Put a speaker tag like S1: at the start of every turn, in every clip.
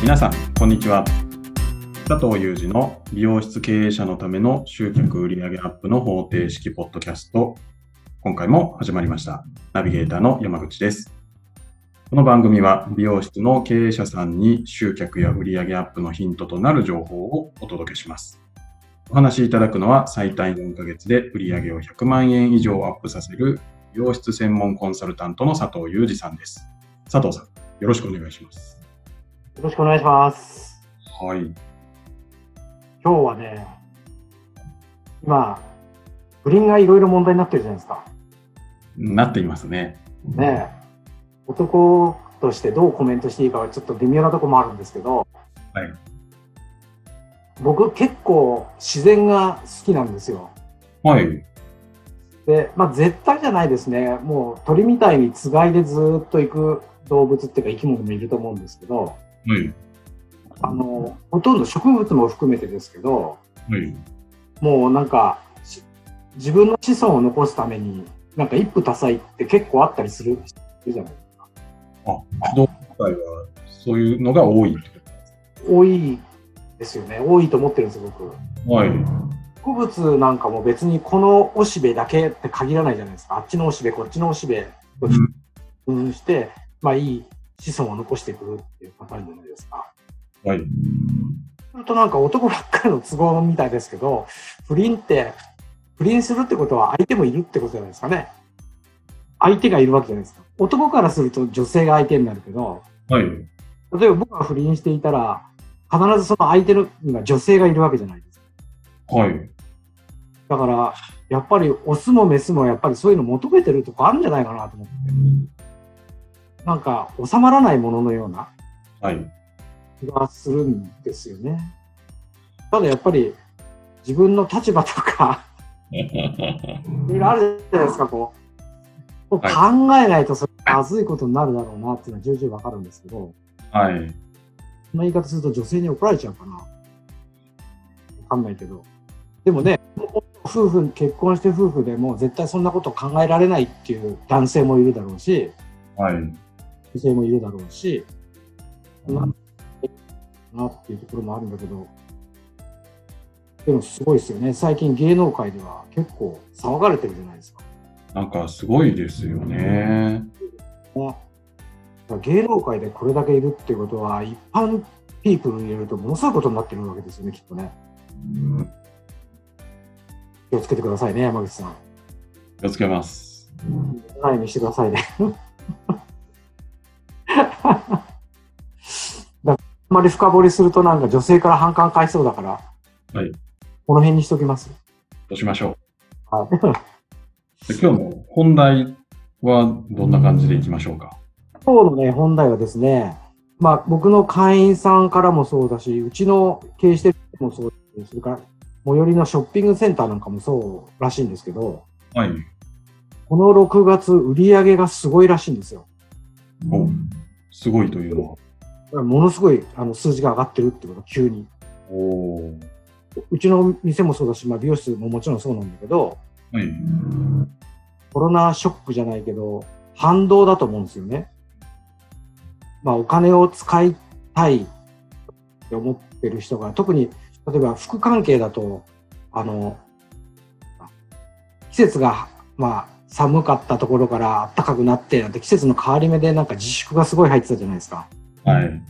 S1: 皆さん、こんにちは。佐藤祐二の美容室経営者のための集客売上アップの方程式ポッドキャスト。今回も始まりました。ナビゲーターの山口です。この番組は美容室の経営者さんに集客や売上アップのヒントとなる情報をお届けします。お話しいただくのは最短4ヶ月で売上を100万円以上アップさせる美容室専門コンサルタントの佐藤裕二さんです。佐藤さん、よろしくお願いします。
S2: よろしくお願いします。
S1: はい。
S2: 今日はね、今、不倫がいろいろ問題になってるじゃないですか。
S1: なっていますね。
S2: ね男としてどうコメントしていいかはちょっと微妙なとこもあるんですけど、
S1: はい、
S2: 僕結構自然が好きなんですよ。
S1: はい。。
S2: で、まあ絶対じゃないですね。もう鳥みたいにつがいでずっと行く動物っていうか生き物もいると思うんですけど、はいあの、ほとんど植物も含めてですけど、
S1: はい。
S2: もうなんか、自分の子孫を残すために、なんか一夫多妻って結構あったりするじゃないですか。
S1: あ、動物界はそういうのが多いってこと
S2: 多いですよね。多いと思ってるんですよ、
S1: 僕。はい。
S2: 植物なんかも別にこのおしべだけって限らないじゃないですか。あっちのおしべ、こっちのおしべ、こっちうん、して、まあいい子孫を残してくるっていうパターンじゃないですか。
S1: はい。
S2: するとなんか男ばっかりの都合みたいですけど、不倫って、不倫するってことは相手もいるってことじゃないですかね。相手がいるわけじゃないですか。男からすると女性が相手になるけど、
S1: はい。
S2: 例えば僕が不倫していたら、必ずその相手のには女性がいるわけじゃないです
S1: か。はい。
S2: だから、やっぱりオスもメスもやっぱりそういうの求めてるとこあるんじゃないかなと思って。なんか、収まらないもののような気がするんですよね。はい、ただやっぱり、自分の立場とかいろいろあるじゃないですか、こう。考えないとそれまずいことになるだろうなっていうのは重々わかるんですけど、
S1: はい。
S2: そんな言い方すると女性に怒られちゃうかな。わかんないけど。でもね、夫婦、結婚して夫婦でも絶対そんなこと考えられないっていう男性もいるだろうし、
S1: はい。
S2: 女性もいるだろうし、な、なっていうところもあるんだけど、でもすごいですよね。最近芸能界では結構騒がれてるじゃないですか。
S1: なんかすごいですよね。
S2: 芸能界でこれだけいるっていうことは、一般ピープルに入れるとものすごいことになってるわけですよね、きっとね。うん、気をつけてくださいね、山口さん。
S1: 気をつけます。
S2: はい、見してください ね。あんまり深掘りすると、なんか女性から反感買いそうだから、
S1: はい、
S2: この辺にしておきます。
S1: そうしましょ
S2: う。はい
S1: 今日の本題はどんな感じでいきましょうか
S2: 今日のね、本題はですね、まあ僕の会員さんからもそうだし、うちの経営してる人もそうだし、それから最寄りのショッピングセンターなんかもそうらしいんですけど、
S1: はい。
S2: この6月、売り上げがすごいらしいんですよ。
S1: おすごいというの
S2: はものすごいあの数字が上がってるってこと、急に。
S1: お
S2: うちの店もそうだし、まあ、美容室ももちろんそうなんだけど、
S1: はい、
S2: コロナショックじゃないけど、反動だと思うんですよね。まあ、お金を使いたいって思ってる人が、特に、例えば服関係だと、あの、季節が、まあ、寒かったところから暖かくなってなんて季節の変わり目でなんか自粛がすごい入ってたじゃないですか。
S1: はい。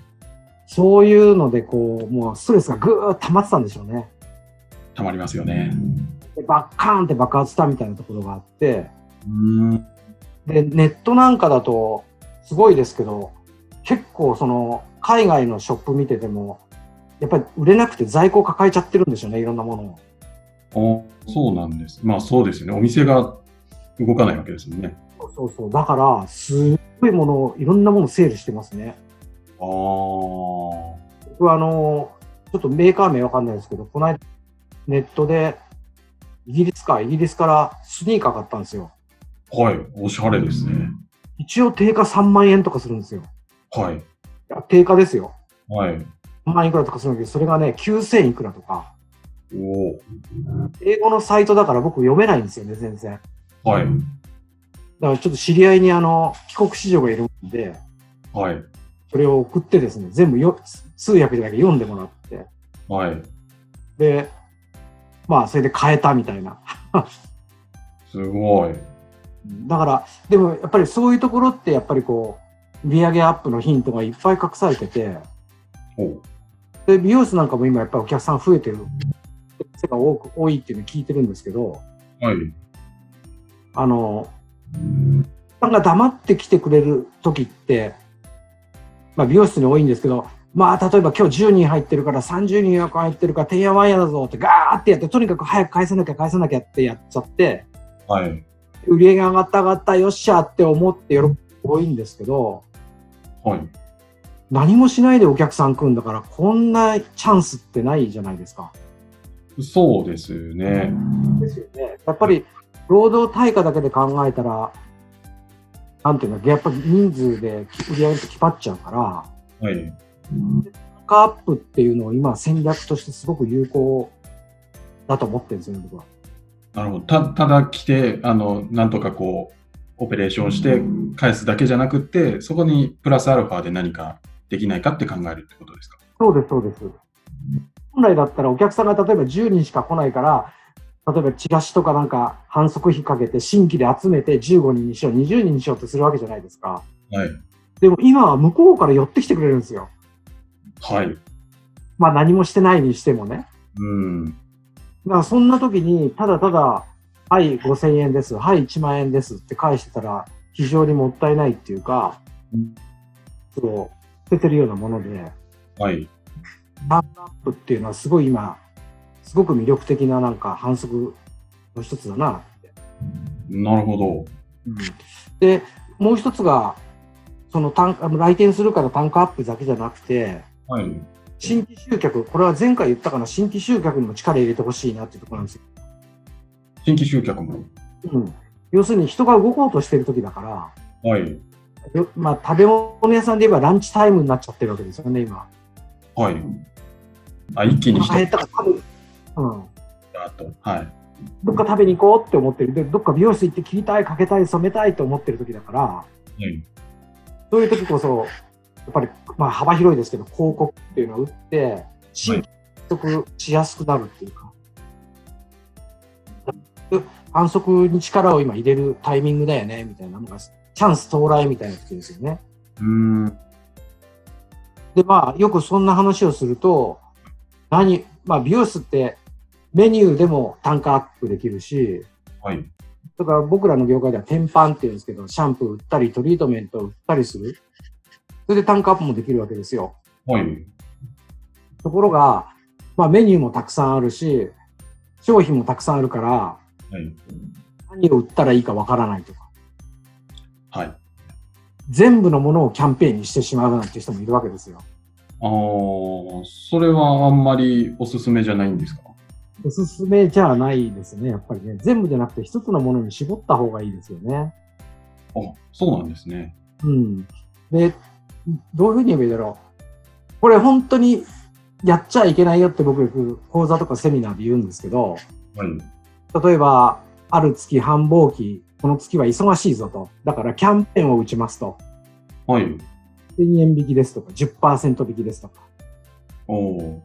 S2: そういうので、こう、もうストレスがぐーっと溜まってたんでしょうね。
S1: 溜まりますよね。
S2: でバッカーンって爆発したみたいなところがあって、
S1: うん
S2: でネットなんかだとすごいですけど結構その海外のショップ見ててもやっぱり売れなくて在庫抱えちゃってるんでしょうねいろんなも
S1: のをあそうなんですまあそうですよねお店が動かないわけですよね
S2: そうそうだからすごいものをいろんなものセールしてますね
S1: ああ
S2: 僕はあのちょっとメーカー名わかんないですけどこの間ネットでイギリスかイギリスからスニーカー買ったんですよ
S1: はい、おしゃれですね。
S2: 一応定価3万円とかするんですよ。
S1: はい。い
S2: や定価ですよ。
S1: はい。
S2: 3万いくらとかするんだけど、それがね、9000いくらとか。
S1: おお。
S2: 英語のサイトだから僕読めないんですよね、全然。
S1: はい。だ
S2: からちょっと知り合いにあの、帰国子女がいるんで、
S1: はい。
S2: それを送ってですね、全部よ通訳じゃなくて読んでもらって、
S1: はい。
S2: で、まあ、それで変えたみたいな。
S1: すごい。
S2: だから、でもやっぱりそういうところって、やっぱりこう、売り上げアップのヒントがいっぱい隠されてて、
S1: おう
S2: で、美容室なんかも今やっぱりお客さん増えてる、店が多く、多いっていうのを聞いてるんですけど、
S1: はい。
S2: あの、なんか黙って来てくれる時って、まあ美容室に多いんですけど、まあ例えば今日10人入ってるから30人予約入ってるから、てんやわんやだぞってガーってやって、とにかく早く返さなきゃ返さなきゃってやっちゃって、
S1: はい。
S2: 売り上げ上がった上がったよっしゃって思って喜ぶ人多いんですけど、
S1: はい。
S2: 何もしないでお客さん来るんだから、こんなチャンスってないじゃないですか。
S1: そうですね。
S2: ですよね。やっぱり労働対価だけで考えたら、なんていうか、やっぱり人数で売り上げってきぱっちゃうから、
S1: はい。
S2: マークアップっていうのを今戦略としてすごく有効だと思ってるんですよね、僕は。
S1: なるほど。たただ来て、あの、なんとかこう、オペレーションして返すだけじゃなくて、そこにプラスアルファで何かできないかって考えるってことですか。
S2: そうです、そうです。本来だったらお客さんが例えば10人しか来ないから、例えばチラシとかなんか反則費かけて新規で集めて15人にしよう、20人にしようってするわけじゃないですか。
S1: はい。
S2: でも今は向こうから寄ってきてくれるんですよ。
S1: はい。
S2: まあ何もしてないにしてもね。
S1: うん。
S2: だからそんな時に、ただただ、はい、5000円です、はい、1万円ですって返してたら、非常にもったいないっていうか
S1: うん、
S2: そう、捨ててるようなもので、
S1: はい。
S2: アップっていうのはすごい今、すごく魅力的ななんか反則の一つだなって。
S1: なるほ
S2: で、もう一つが、その単あの来店するから単価アップだけじゃなくて、
S1: ど。はい。
S2: 新規集客、これは前回言ったかな、新規集客にも力入れてほしいなっていうところなんですよ。
S1: 新規集客も。
S2: うん、要するに人が動こうとしてる時だから、
S1: はい。
S2: よまあ、食べ物屋さんで言えばランチタイムになっちゃってるわけですよね、今。
S1: はい。あ、一気
S2: お
S1: に
S2: 腹減
S1: し
S2: ったから食べうん、
S1: たと。はい。
S2: どっか食べに行こうって思ってる。で、どっか美容室行って切りたい、かけたい、染めたいと思ってる時だから、
S1: はい。
S2: そういう時こそ、やっぱり、まあ、幅広いですけど、広告っていうのを打って、新規獲得しやすくなるっていうか、反則に力を今入れるタイミングだよね、みたいなのが、チャンス到来みたいな時ですよね。
S1: うーん。
S2: で、まあ、よくそんな話をすると、何、まあ、美容室ってメニューでも単価アップできるし、
S1: はい。
S2: だから僕らの業界では天板って言うんですけど、シャンプー売ったり、トリートメント売ったりする。それで単価アップもできるわけですよ。
S1: はい。
S2: ところが、まあ、メニューもたくさんあるし、商品もたくさんあるから、
S1: はい。
S2: 何を売ったらいいかわからないとか、
S1: はい。
S2: 全部のものをキャンペーンにしてしまうなんて人もいるわけですよ。
S1: あーそれはあんまりおすすめじゃないんですか
S2: おすすめじゃないですね、やっぱりね。全部じゃなくて一つのものに絞った方がいいですよね。
S1: あ、そうなんですね。
S2: うん。で、どういうふうに言えばいいだろう。これ本当にやっちゃいけないよって僕よく講座とかセミナーで言うんですけど、
S1: はい。
S2: 例えば、ある月繁忙期、この月は忙しいぞと。だからキャンペーンを打ちますと。
S1: はい。
S2: 1000円引きですとか、10%引きですとか。
S1: おー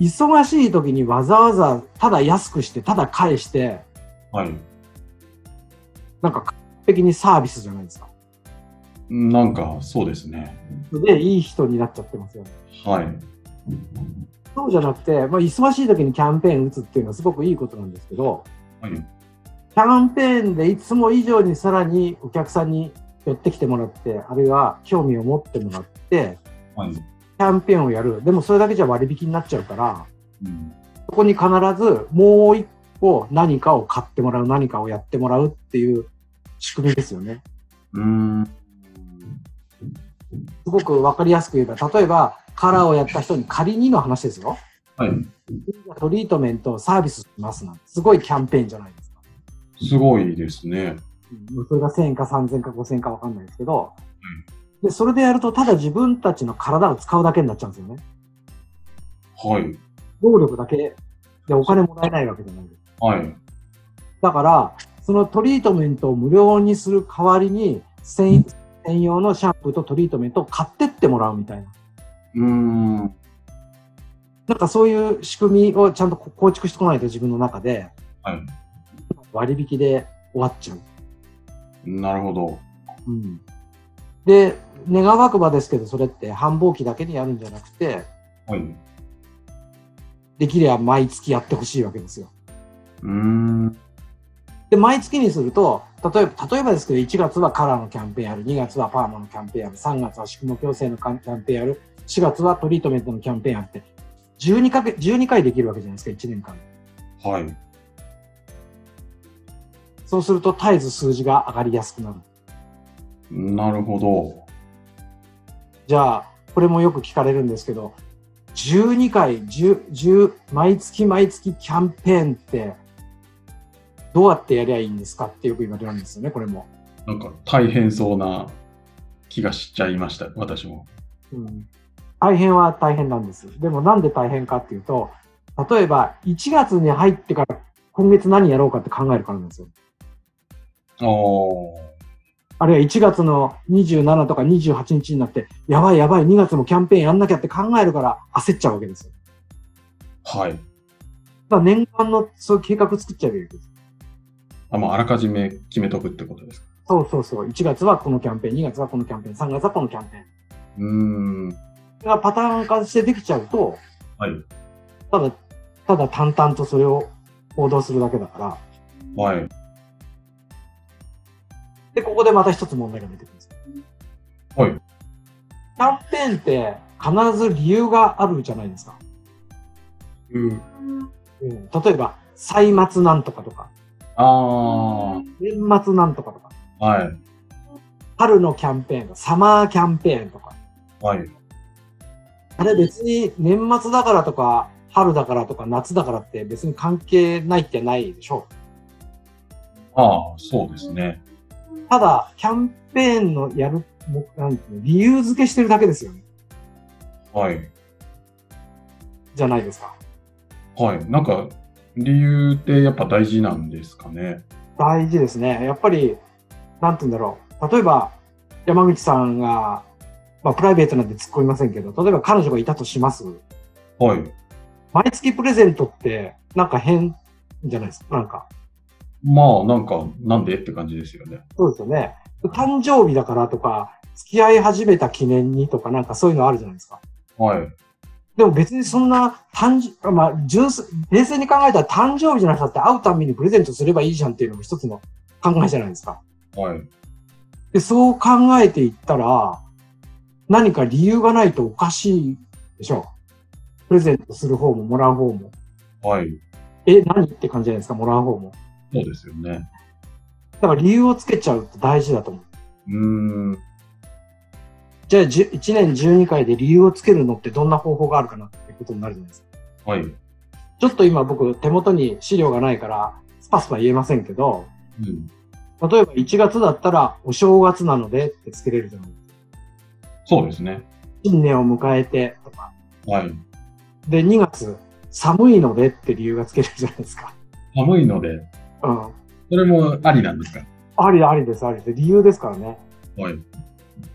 S2: 忙しい時にわざわざただ安くして、ただ返して、
S1: はい。
S2: なんか完璧にサービスじゃないですか。
S1: なんか、そうですね。
S2: で、いい人になっちゃってますよね。
S1: はい。
S2: そうじゃなくて、まあ、忙しい時にキャンペーン打つっていうのはすごくいいことなんですけど、
S1: はい。
S2: キャンペーンでいつも以上にさらにお客さんに寄ってきてもらって、あるいは興味を持ってもらって、
S1: はい。
S2: キャンペーンをやる。でもそれだけじゃ割引になっちゃうから、
S1: うん、
S2: そこに必ずもう一個何かを買ってもらう、何かをやってもらうっていう仕組みですよね。
S1: うーん。
S2: すごくわかりやすく言えば、例えばカラーをやった人に仮にの話ですよ。
S1: はい。
S2: トリートメントをサービスしますなんて、すごいキャンペーンじゃないですか。
S1: すごいですね。
S2: うんそれが1000円か3000円か5000円か分かんないですけど、でそれでやると、ただ自分たちの体を使うだけになっちゃうんですよね。
S1: はい。
S2: 労力だけでお金もらえないわけじゃないです。
S1: はい。
S2: だから、そのトリートメントを無料にする代わりに、専専用のシャンプーとトリートメントを買ってってもらうみたいな。
S1: うん。
S2: なんかそういう仕組みをちゃんと構築してこないと自分の中で
S1: はい。
S2: 割引で終わっちゃう。
S1: なるほど。
S2: うん、で、願わくばですけど、それって繁忙期だけにやるんじゃなくて、
S1: はい。う
S2: できれば毎月やってほしいわけですよ。
S1: ーん。
S2: で、毎月にすると、例えば、例えばですけど、1月はカラーのキャンペーンやる、2月はパーマのキャンペーンやる、3月は宿毛矯正のキャンキャンペーンやる、4月はトリートメントのキャンペーンやるって、12, かけ12回できるわけじゃないですか、1年間。
S1: はい。
S2: そうすると、絶えず数字が上がりやすくなる。
S1: なるほど。
S2: じゃあ、これもよく聞かれるんですけど、12回、10、10毎月毎月キャンペーンって、どうやってやりゃいいんですかってよく言われるんですよね、これも。
S1: なんか大変そうな気がしちゃいました、私も。
S2: うん、大変は大変なんです。でもなんで大変かっていうと、例えば1月に入ってから今月何やろうかって考えるからなんですよ。
S1: ああ。
S2: あるいは1月の27とか28日になって、やばいやばい、2月もキャンペーンやんなきゃって考えるから焦っちゃうわけですよ。
S1: はい。
S2: だから年間のそういう計画作っちゃうわけです。
S1: あもうあらかじめ決めとくってことですか。
S2: そうそうそう。1月はこのキャンペーン、2月はこのキャンペーン、3月はこのキャンペー
S1: うー
S2: ン。
S1: ん。
S2: それがパターン化してできちゃうと、
S1: はい。
S2: ただ、ただ淡々とそれを行動するだけだから。
S1: はい。
S2: で、ここでまた一つ問題が出てくるんです。
S1: はい。
S2: キャンペーンって必ず理由があるじゃないですか。
S1: うん。
S2: うん、例えば、歳末なんとかとか、
S1: あ
S2: 年末なんとかとか、
S1: あ。はい。
S2: 春のキャンペーンとか、サマーキャンペーンとか。
S1: はい。
S2: あれ別に年末だからとか、春だからとか、夏だからって別に関係ないってないでしょ
S1: ああ、そうですね。
S2: ただ、キャンペーンのやる、もなんていうの理由付けしてるだけですよね。
S1: はい。
S2: じゃないですか。
S1: はい。なんか、理由ってやっぱ大事なんですかね。
S2: 大事ですね。やっぱり、なんて言うんだろう。例えば、山口さんが、まあ、プライベートなんて突っ込みませんけど、例えば彼女がいたとします。
S1: はい。
S2: 毎月プレゼントって、なんか変じゃないですか。なんか。
S1: まあ、なんか、なんでって感じですよね。
S2: そうですよね。誕生日だからとか、付き合い始めた記念にとか、なんかそういうのあるじゃないですか。
S1: はい。
S2: でも別にそんな、単純、まあ、純粋、冷静に考えたら誕生日じゃなくたって会うたびにプレゼントすればいいじゃんっていうのも一つの考えじゃないですか。
S1: はい。
S2: で、そう考えていったら、何か理由がないとおかしいでしょう。プレゼントする方ももらう方も。
S1: はい。
S2: え、何って感じじゃないですか、もらう方も。
S1: そうですよね。
S2: だから理由をつけちゃうって大事だと思う。
S1: うーん。
S2: じゃあ、じゅ1年12回で理由をつけるのってどんな方法があるかなってことになるじゃないですか。
S1: はい。
S2: ちょっと今僕手元に資料がないから、スパスパ言えませんけど、
S1: うん。
S2: 例えば1月だったらお正月なのでってつけれるじゃない
S1: そうですね。
S2: 新年を迎えてとか。
S1: はい。
S2: で、2月、寒いのでって理由がつけれるじゃないですか。
S1: 寒いので、
S2: うん。
S1: それもありなんですか。
S2: ありありです、ありです。理由ですからね。
S1: はい。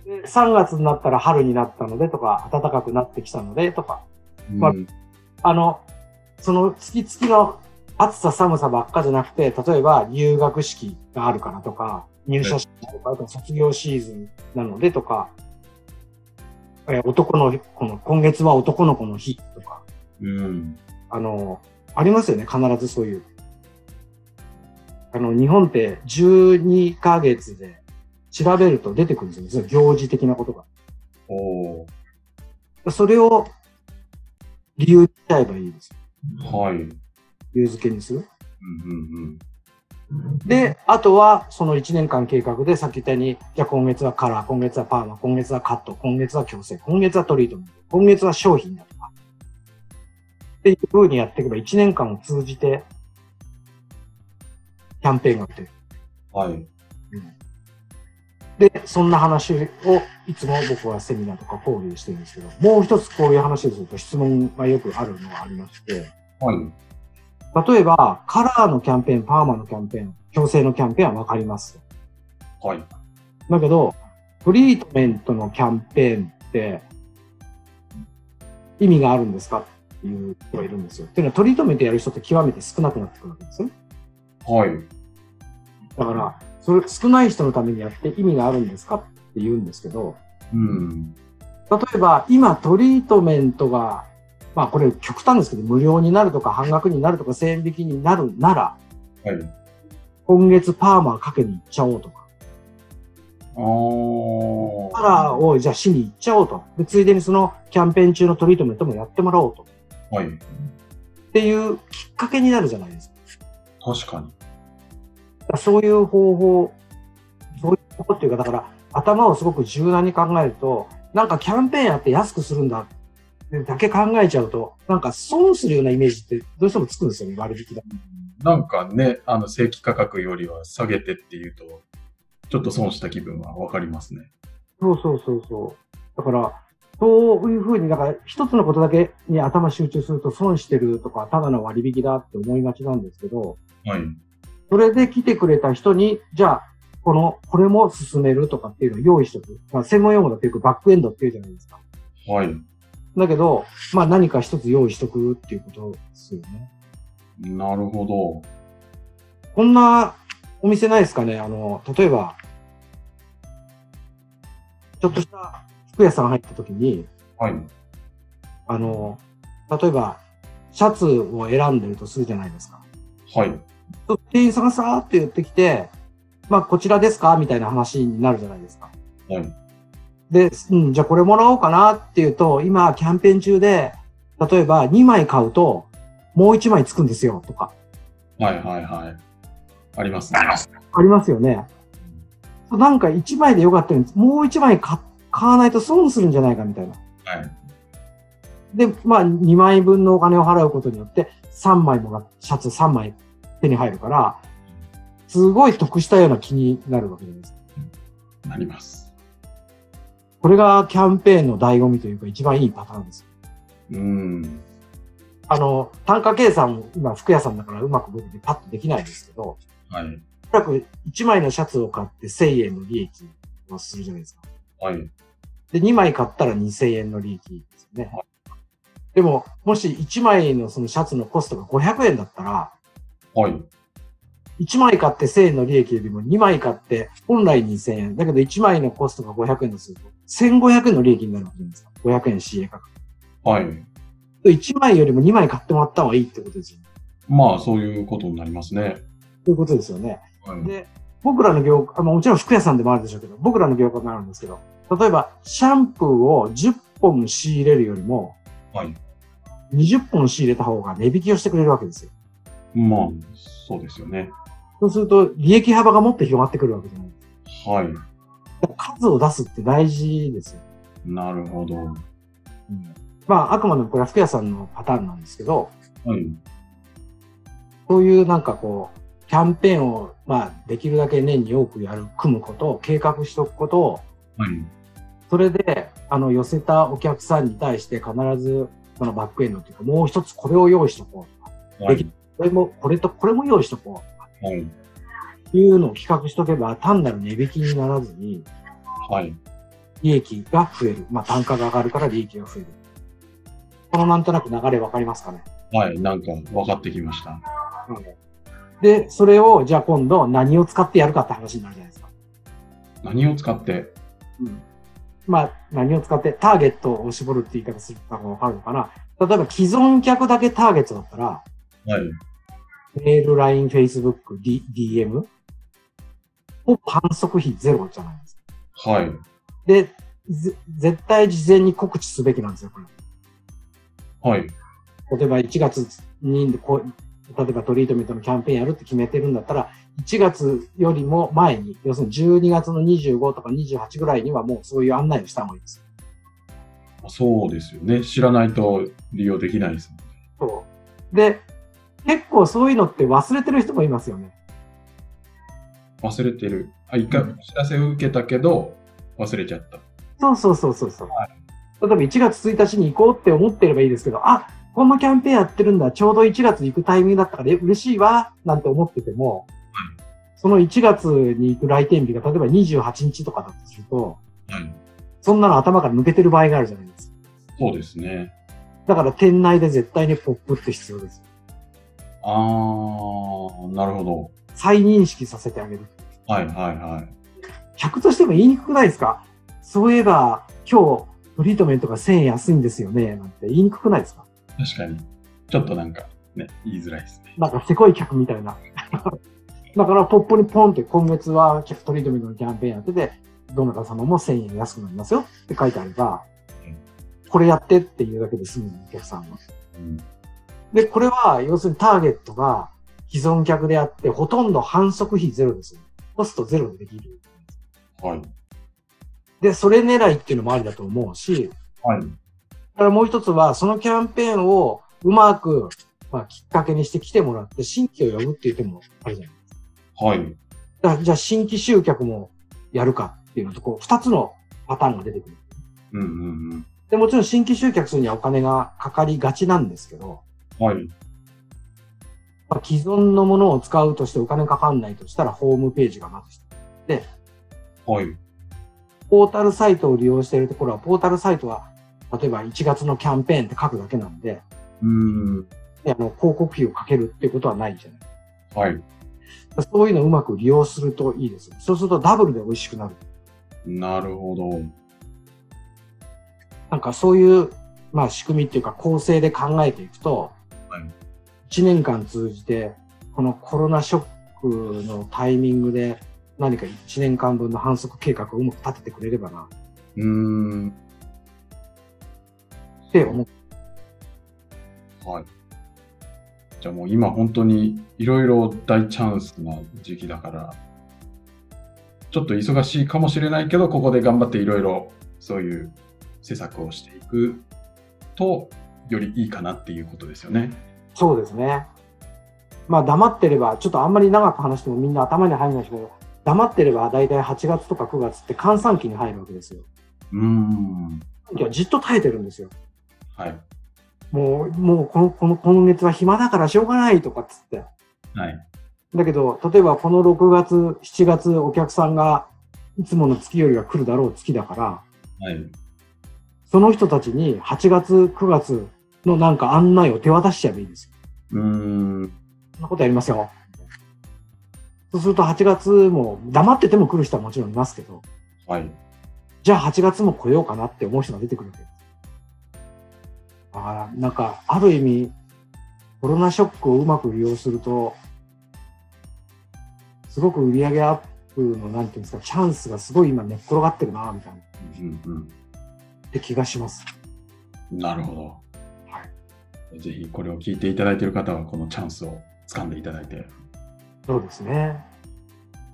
S2: で3月になったら春になったのでとか、暖かくなってきたのでとか、まあ
S1: うん
S2: あの、その月々の暑さ寒さばっかじゃなくて、例えば入学式があるからとか、入社式とか、あと卒業シーズンなのでとか、えー男の、この今月は男の子の日とか、
S1: うん。
S2: あの、ありますよね、必ずそういう。あの、日本って12ヶ月で調べると出てくるんですよ、その行事的なこと
S1: おお
S2: が。それを理由にしちゃえばいいですよ。
S1: ー。はい。うん
S2: 理由付けにする。
S1: うんうん。
S2: で、あとはその1年間計画でさっき言ったように、じゃあ今月はカラー、今月はパーマ、今月はカット、今月は矯正、今月はトリートメント、今月は商品だとか。っていう風にやっていけば1年間を通じて、キャンペーンが出る。
S1: はい。
S2: で、そんな話をいつも僕はセミナーとか交流してるんですけど、もう一つこういう話をすると質問がよくあるのがありまして、
S1: はい。
S2: 例えばカラーのキャンペーン、パーマのキャンペーン、矯正のキャンペーンはわかります。
S1: はい。
S2: だけど、トリートメントのキャンペーンって、意味があるんですかっていう人がいるんですよ。っていうのはトリートメントやる人って極めて少なくなってくるわけですね。
S1: はい。
S2: だから、それ少ない人のためにやって意味があるんですかって言うんですけど、
S1: うん。
S2: 例えば今トリートメントが、まあこれ極端ですけど、無料になるとか半額になるとか1000円引きになるなら、
S1: はい。
S2: 今月パーマかけに行っちゃおうとか、
S1: あー
S2: カラーをじゃあしに行っちゃおうと。で、ついでにそのキャンペーン中のトリートメントもやってもらおうと。
S1: はい。
S2: っていうきっかけになるじゃないですか。
S1: 確かに。
S2: だからそういう方法、そういう方法っていうか、だから頭をすごく柔軟に考えると、なんかキャンペーンやって安くするんだってだけ考えちゃうと、なんか損するようなイメージってどうしてもつくんですよね、割引だ。
S1: なんかね、あの正規価格よりは下げてっていうと、ちょっと損した気分はわかりますね。
S2: そうそうそうそう。だから、そういうふうに、だから一つのことだけに頭集中すると損してるとか、ただの割引だって思いがちなんですけど、
S1: はい。
S2: それで来てくれた人に、じゃあ、この、これも進めるとかっていうのを用意しておく。まあ、専門用語だってよくバックエンドっていうじゃないですか。
S1: はい。
S2: だけど、まあ何か一つ用意しとくっていうことですよね。
S1: なるほ
S2: こんなお店ないですかねあの、例えば、ちょっとした服屋さん入った時に、
S1: ど。はい。
S2: あの、例えば、シャツを選んでるとするじゃないですか。
S1: はい。
S2: 店員さんがさーって言ってきて、まあ、こちらですかみたいな話になるじゃないですか。
S1: はい。
S2: で、うん、じゃあこれもらおうかなっていうと、今、キャンペーン中で、例えば2枚買うと、もう1枚つくんですよ、とか。
S1: はい。はい。はい。ありますね。
S2: ありますよね。そうなんか1枚でよかったのに、もう1枚買買わないと損するんじゃないかみたいな。
S1: はい。
S2: で、まあ2枚分のお金を払うことによって3枚もらシャツ3枚手に入るから、すごい得したような気になるわけじゃないですか。
S1: なります。
S2: これがキャンペーンの醍醐味というか一番いいパターンですよ。
S1: うん。
S2: あの、単価計算、今服屋さんだからうまく僕でパッとできないですけど、
S1: はい。
S2: おそらく1枚のシャツを買って1000円の利益をするじゃないですか。
S1: はい。
S2: で、2枚買ったら2000円の利益ですよね。でも、もし1枚のそのシャツのコストが500円だったら、
S1: はい。
S2: 1枚買って1000円の利益よりも2枚買って本来2000円。だけど1枚のコストが500円とすると、1500円の利益になるわけじゃないですか。500円 CA 価格。
S1: はい。
S2: 1枚よりも2枚買ってもらった方がいいってことですよね。
S1: まあ、そういうことになりますね。
S2: ということですよね。
S1: はい。
S2: で、僕らの業界、まあもちろん服屋さんでもあるでしょうけど、僕らの業界もあるんですけど、例えばシャンプーを10本仕入れるよりも、
S1: はい。
S2: 20本仕入れた方が値引きをしてくれるわけですよ。
S1: まあ、そうですよね。
S2: そうすると、利益幅がもっと広がってくるわけじゃないです
S1: はい。
S2: か。数を出すって大事ですよ。
S1: なるほど。は
S2: まあ、あくまでもこれは服屋さんのパターンなんですけど、
S1: い。
S2: そういうなんかこう、キャンペーンを、まあ、できるだけ年に多くやる、組むこと、計画しておくことを、
S1: はい。
S2: それで、あの、寄せたお客さんに対して必ず、そのバックエンドっていうか、もう一つこれを用意しとこう。
S1: は
S2: で
S1: い。
S2: これも、これとこれも用意しとこ
S1: はい。
S2: う。っていうのを企画しとけば、単なる値引きにならずに、
S1: はい。
S2: 利益が増える。まあ、単価が上がるから利益が増える。このなんとなく流れわかりますかね。
S1: はい。なんか、分かってきました。
S2: で、それを、じゃあ今度何を使ってやるかって話になるじゃないですか。
S1: 何を使って、
S2: まあ、何を使ってターゲットを絞るって言い方するのがわかるのかな。例えば既存客だけターゲットだったら、
S1: はい。
S2: メール、LINE、Facebook、D、DM を反則費ゼロじゃないですか。
S1: はい。
S2: で、ぜ絶対事前に告知すべきなんですよ、これ。
S1: はい。
S2: 例えば1月にこう、例えばトリートメントのキャンペーンやるって決めてるんだったら、1月よりも前に、要するに12月の25とか28ぐらいにはもうそういう案内をした方がいいです。
S1: そうですよね。知らないと利用できないですもん。
S2: そう。で、結構そういうのって忘れてる人もいますよね。
S1: 忘れてる。あ、一回お知らせを受けたけど、忘れちゃった。
S2: そうそうそうそうそう。
S1: は
S2: 例えば1月1日に行こうって思ってればいいですけど、あこんなキャンペーンやってるんだ、ちょうど1月行くタイミングだったからえ嬉しいわ、なんて思ってても、その1月に行く来店日が例えば28日とかだとすると、
S1: はい。
S2: そんなの頭から抜けてる場合があるじゃないですか。
S1: そうですね。
S2: だから店内で絶対にポップって必要です。
S1: あー、なるほ
S2: 再認識させてあげる。
S1: ど。はいはいはい。
S2: 客としても言いにくくないですかそういえば、今日、トリートメントが1000円安いんですよね、なんて言いにくくないですか
S1: 確かに。ちょっとなんか、ね、言いづらいですね。
S2: なんかせこい客みたいな。 だからポップにポンって今月は客トリートメントのキャンペーンやってて、どなた様も1000円安くなりますよって書いてあれば
S1: うん、
S2: これやってっていうだけで済むのお客さんは。
S1: うん。
S2: で、これは要するにターゲットが既存客であって、ほとんど反則費ゼロですよ。コストゼロでできる。
S1: はい。
S2: で、それ狙いっていうのもありだと思うし、
S1: はい。
S2: だからもう一つは、そのキャンペーンをうまく、まあ、きっかけにして来てもらって、新規を呼ぶっていう手もあるじゃない
S1: はい。
S2: だからじゃあ新規集客もやるかっていうのと、こう、二つのパターンが出てくる。
S1: うんうんうん。
S2: で、もちろん新規集客するにはお金がかかりがちなんですけど、
S1: はい。
S2: まあ、既存のものを使うとしてお金かかんないとしたら、ホームページがまず必要。
S1: はい。
S2: ポータルサイトを利用しているところは、ポータルサイトは、例えば1月のキャンペーンって書くだけなんで、
S1: うん。
S2: であの広告費をかけるっていうことはないじゃない
S1: はい。
S2: そういうのをうまく利用するといいですよ。そうするとダブルで美味しくなる。
S1: なるほど。
S2: なんかそういう、まあ、仕組みっていうか構成で考えていくと、
S1: はい
S2: 1年間通じて、このコロナショックのタイミングで何か1年間分の反則計画をうまく立ててくれればな
S1: うーん。
S2: って思う。
S1: はい。じゃあもう今本当にいろいろ大チャンスな時期だから、ちょっと忙しいかもしれないけど、ここで頑張っていろいろそういう施策をしていくと、よりいいかなっていうことですよね。
S2: そうですね。まあ黙ってれば、ちょっとあんまり長く話してもみんな頭に入らないですけど、黙ってれば大体8月とか9月って閑散期に入るわけですよ。
S1: うーん。
S2: いや、じっと耐えてるんですよ。
S1: はい。
S2: もう、もうこの、この、今月は暇だからしょうがないとかっつって。
S1: はい。
S2: だけど、例えばこの6月、7月、お客さんが、いつもの月よりは来るだろう月だから、
S1: はい。
S2: その人たちに8月、9月のなんか案内を手渡しちゃえばいいです
S1: うー
S2: よ。
S1: ん。
S2: そんなことやりますよ。そうすると8月も、黙ってても来る人はもちろんいますけど、
S1: はい。
S2: じゃあ8月も来ようかなって思う人が出てくるわけです。だから、なんか、ある意味、コロナショックをうまく利用すると、すごく売り上げアップの、なんていうんですか、チャンスがすごい今寝っ転がってるな、みたいな
S1: うんうん
S2: って気がします。
S1: うん。なるほど。
S2: は
S1: ぜひこれを聞いていただいている方は、このチャンスを掴んでいただいて、
S2: そうですね。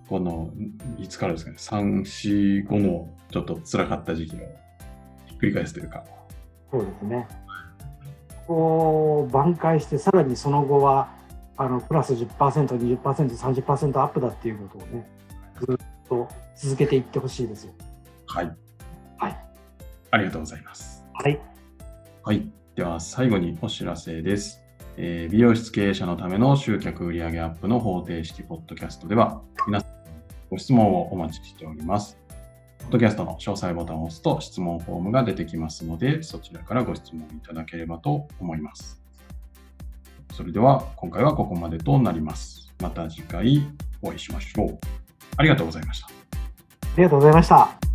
S1: この、いつからですかね、3、4、5のちょっと辛かった時期をひっくり返すというか、
S2: そうですね。こう、挽回して、さらにその後は、あの、プラス10%、20%、30%アップだっていうことをね、ずっと続けていってほしいですよ。
S1: はい。
S2: はい。
S1: ありがとうございます。
S2: はい。
S1: はい。では、最後にお知らせです。えー美容室経営者のための集客売上アップの方程式ポッドキャストでは、皆さんのご質問をお待ちしております。ポッドキャストの詳細ボタンを押すと質問フォームが出てきますので、そちらからご質問いただければと思います。それでは、今回はここまでとなります。また次回お会いしましょう。ありがとうございました。
S2: ありがとうございました。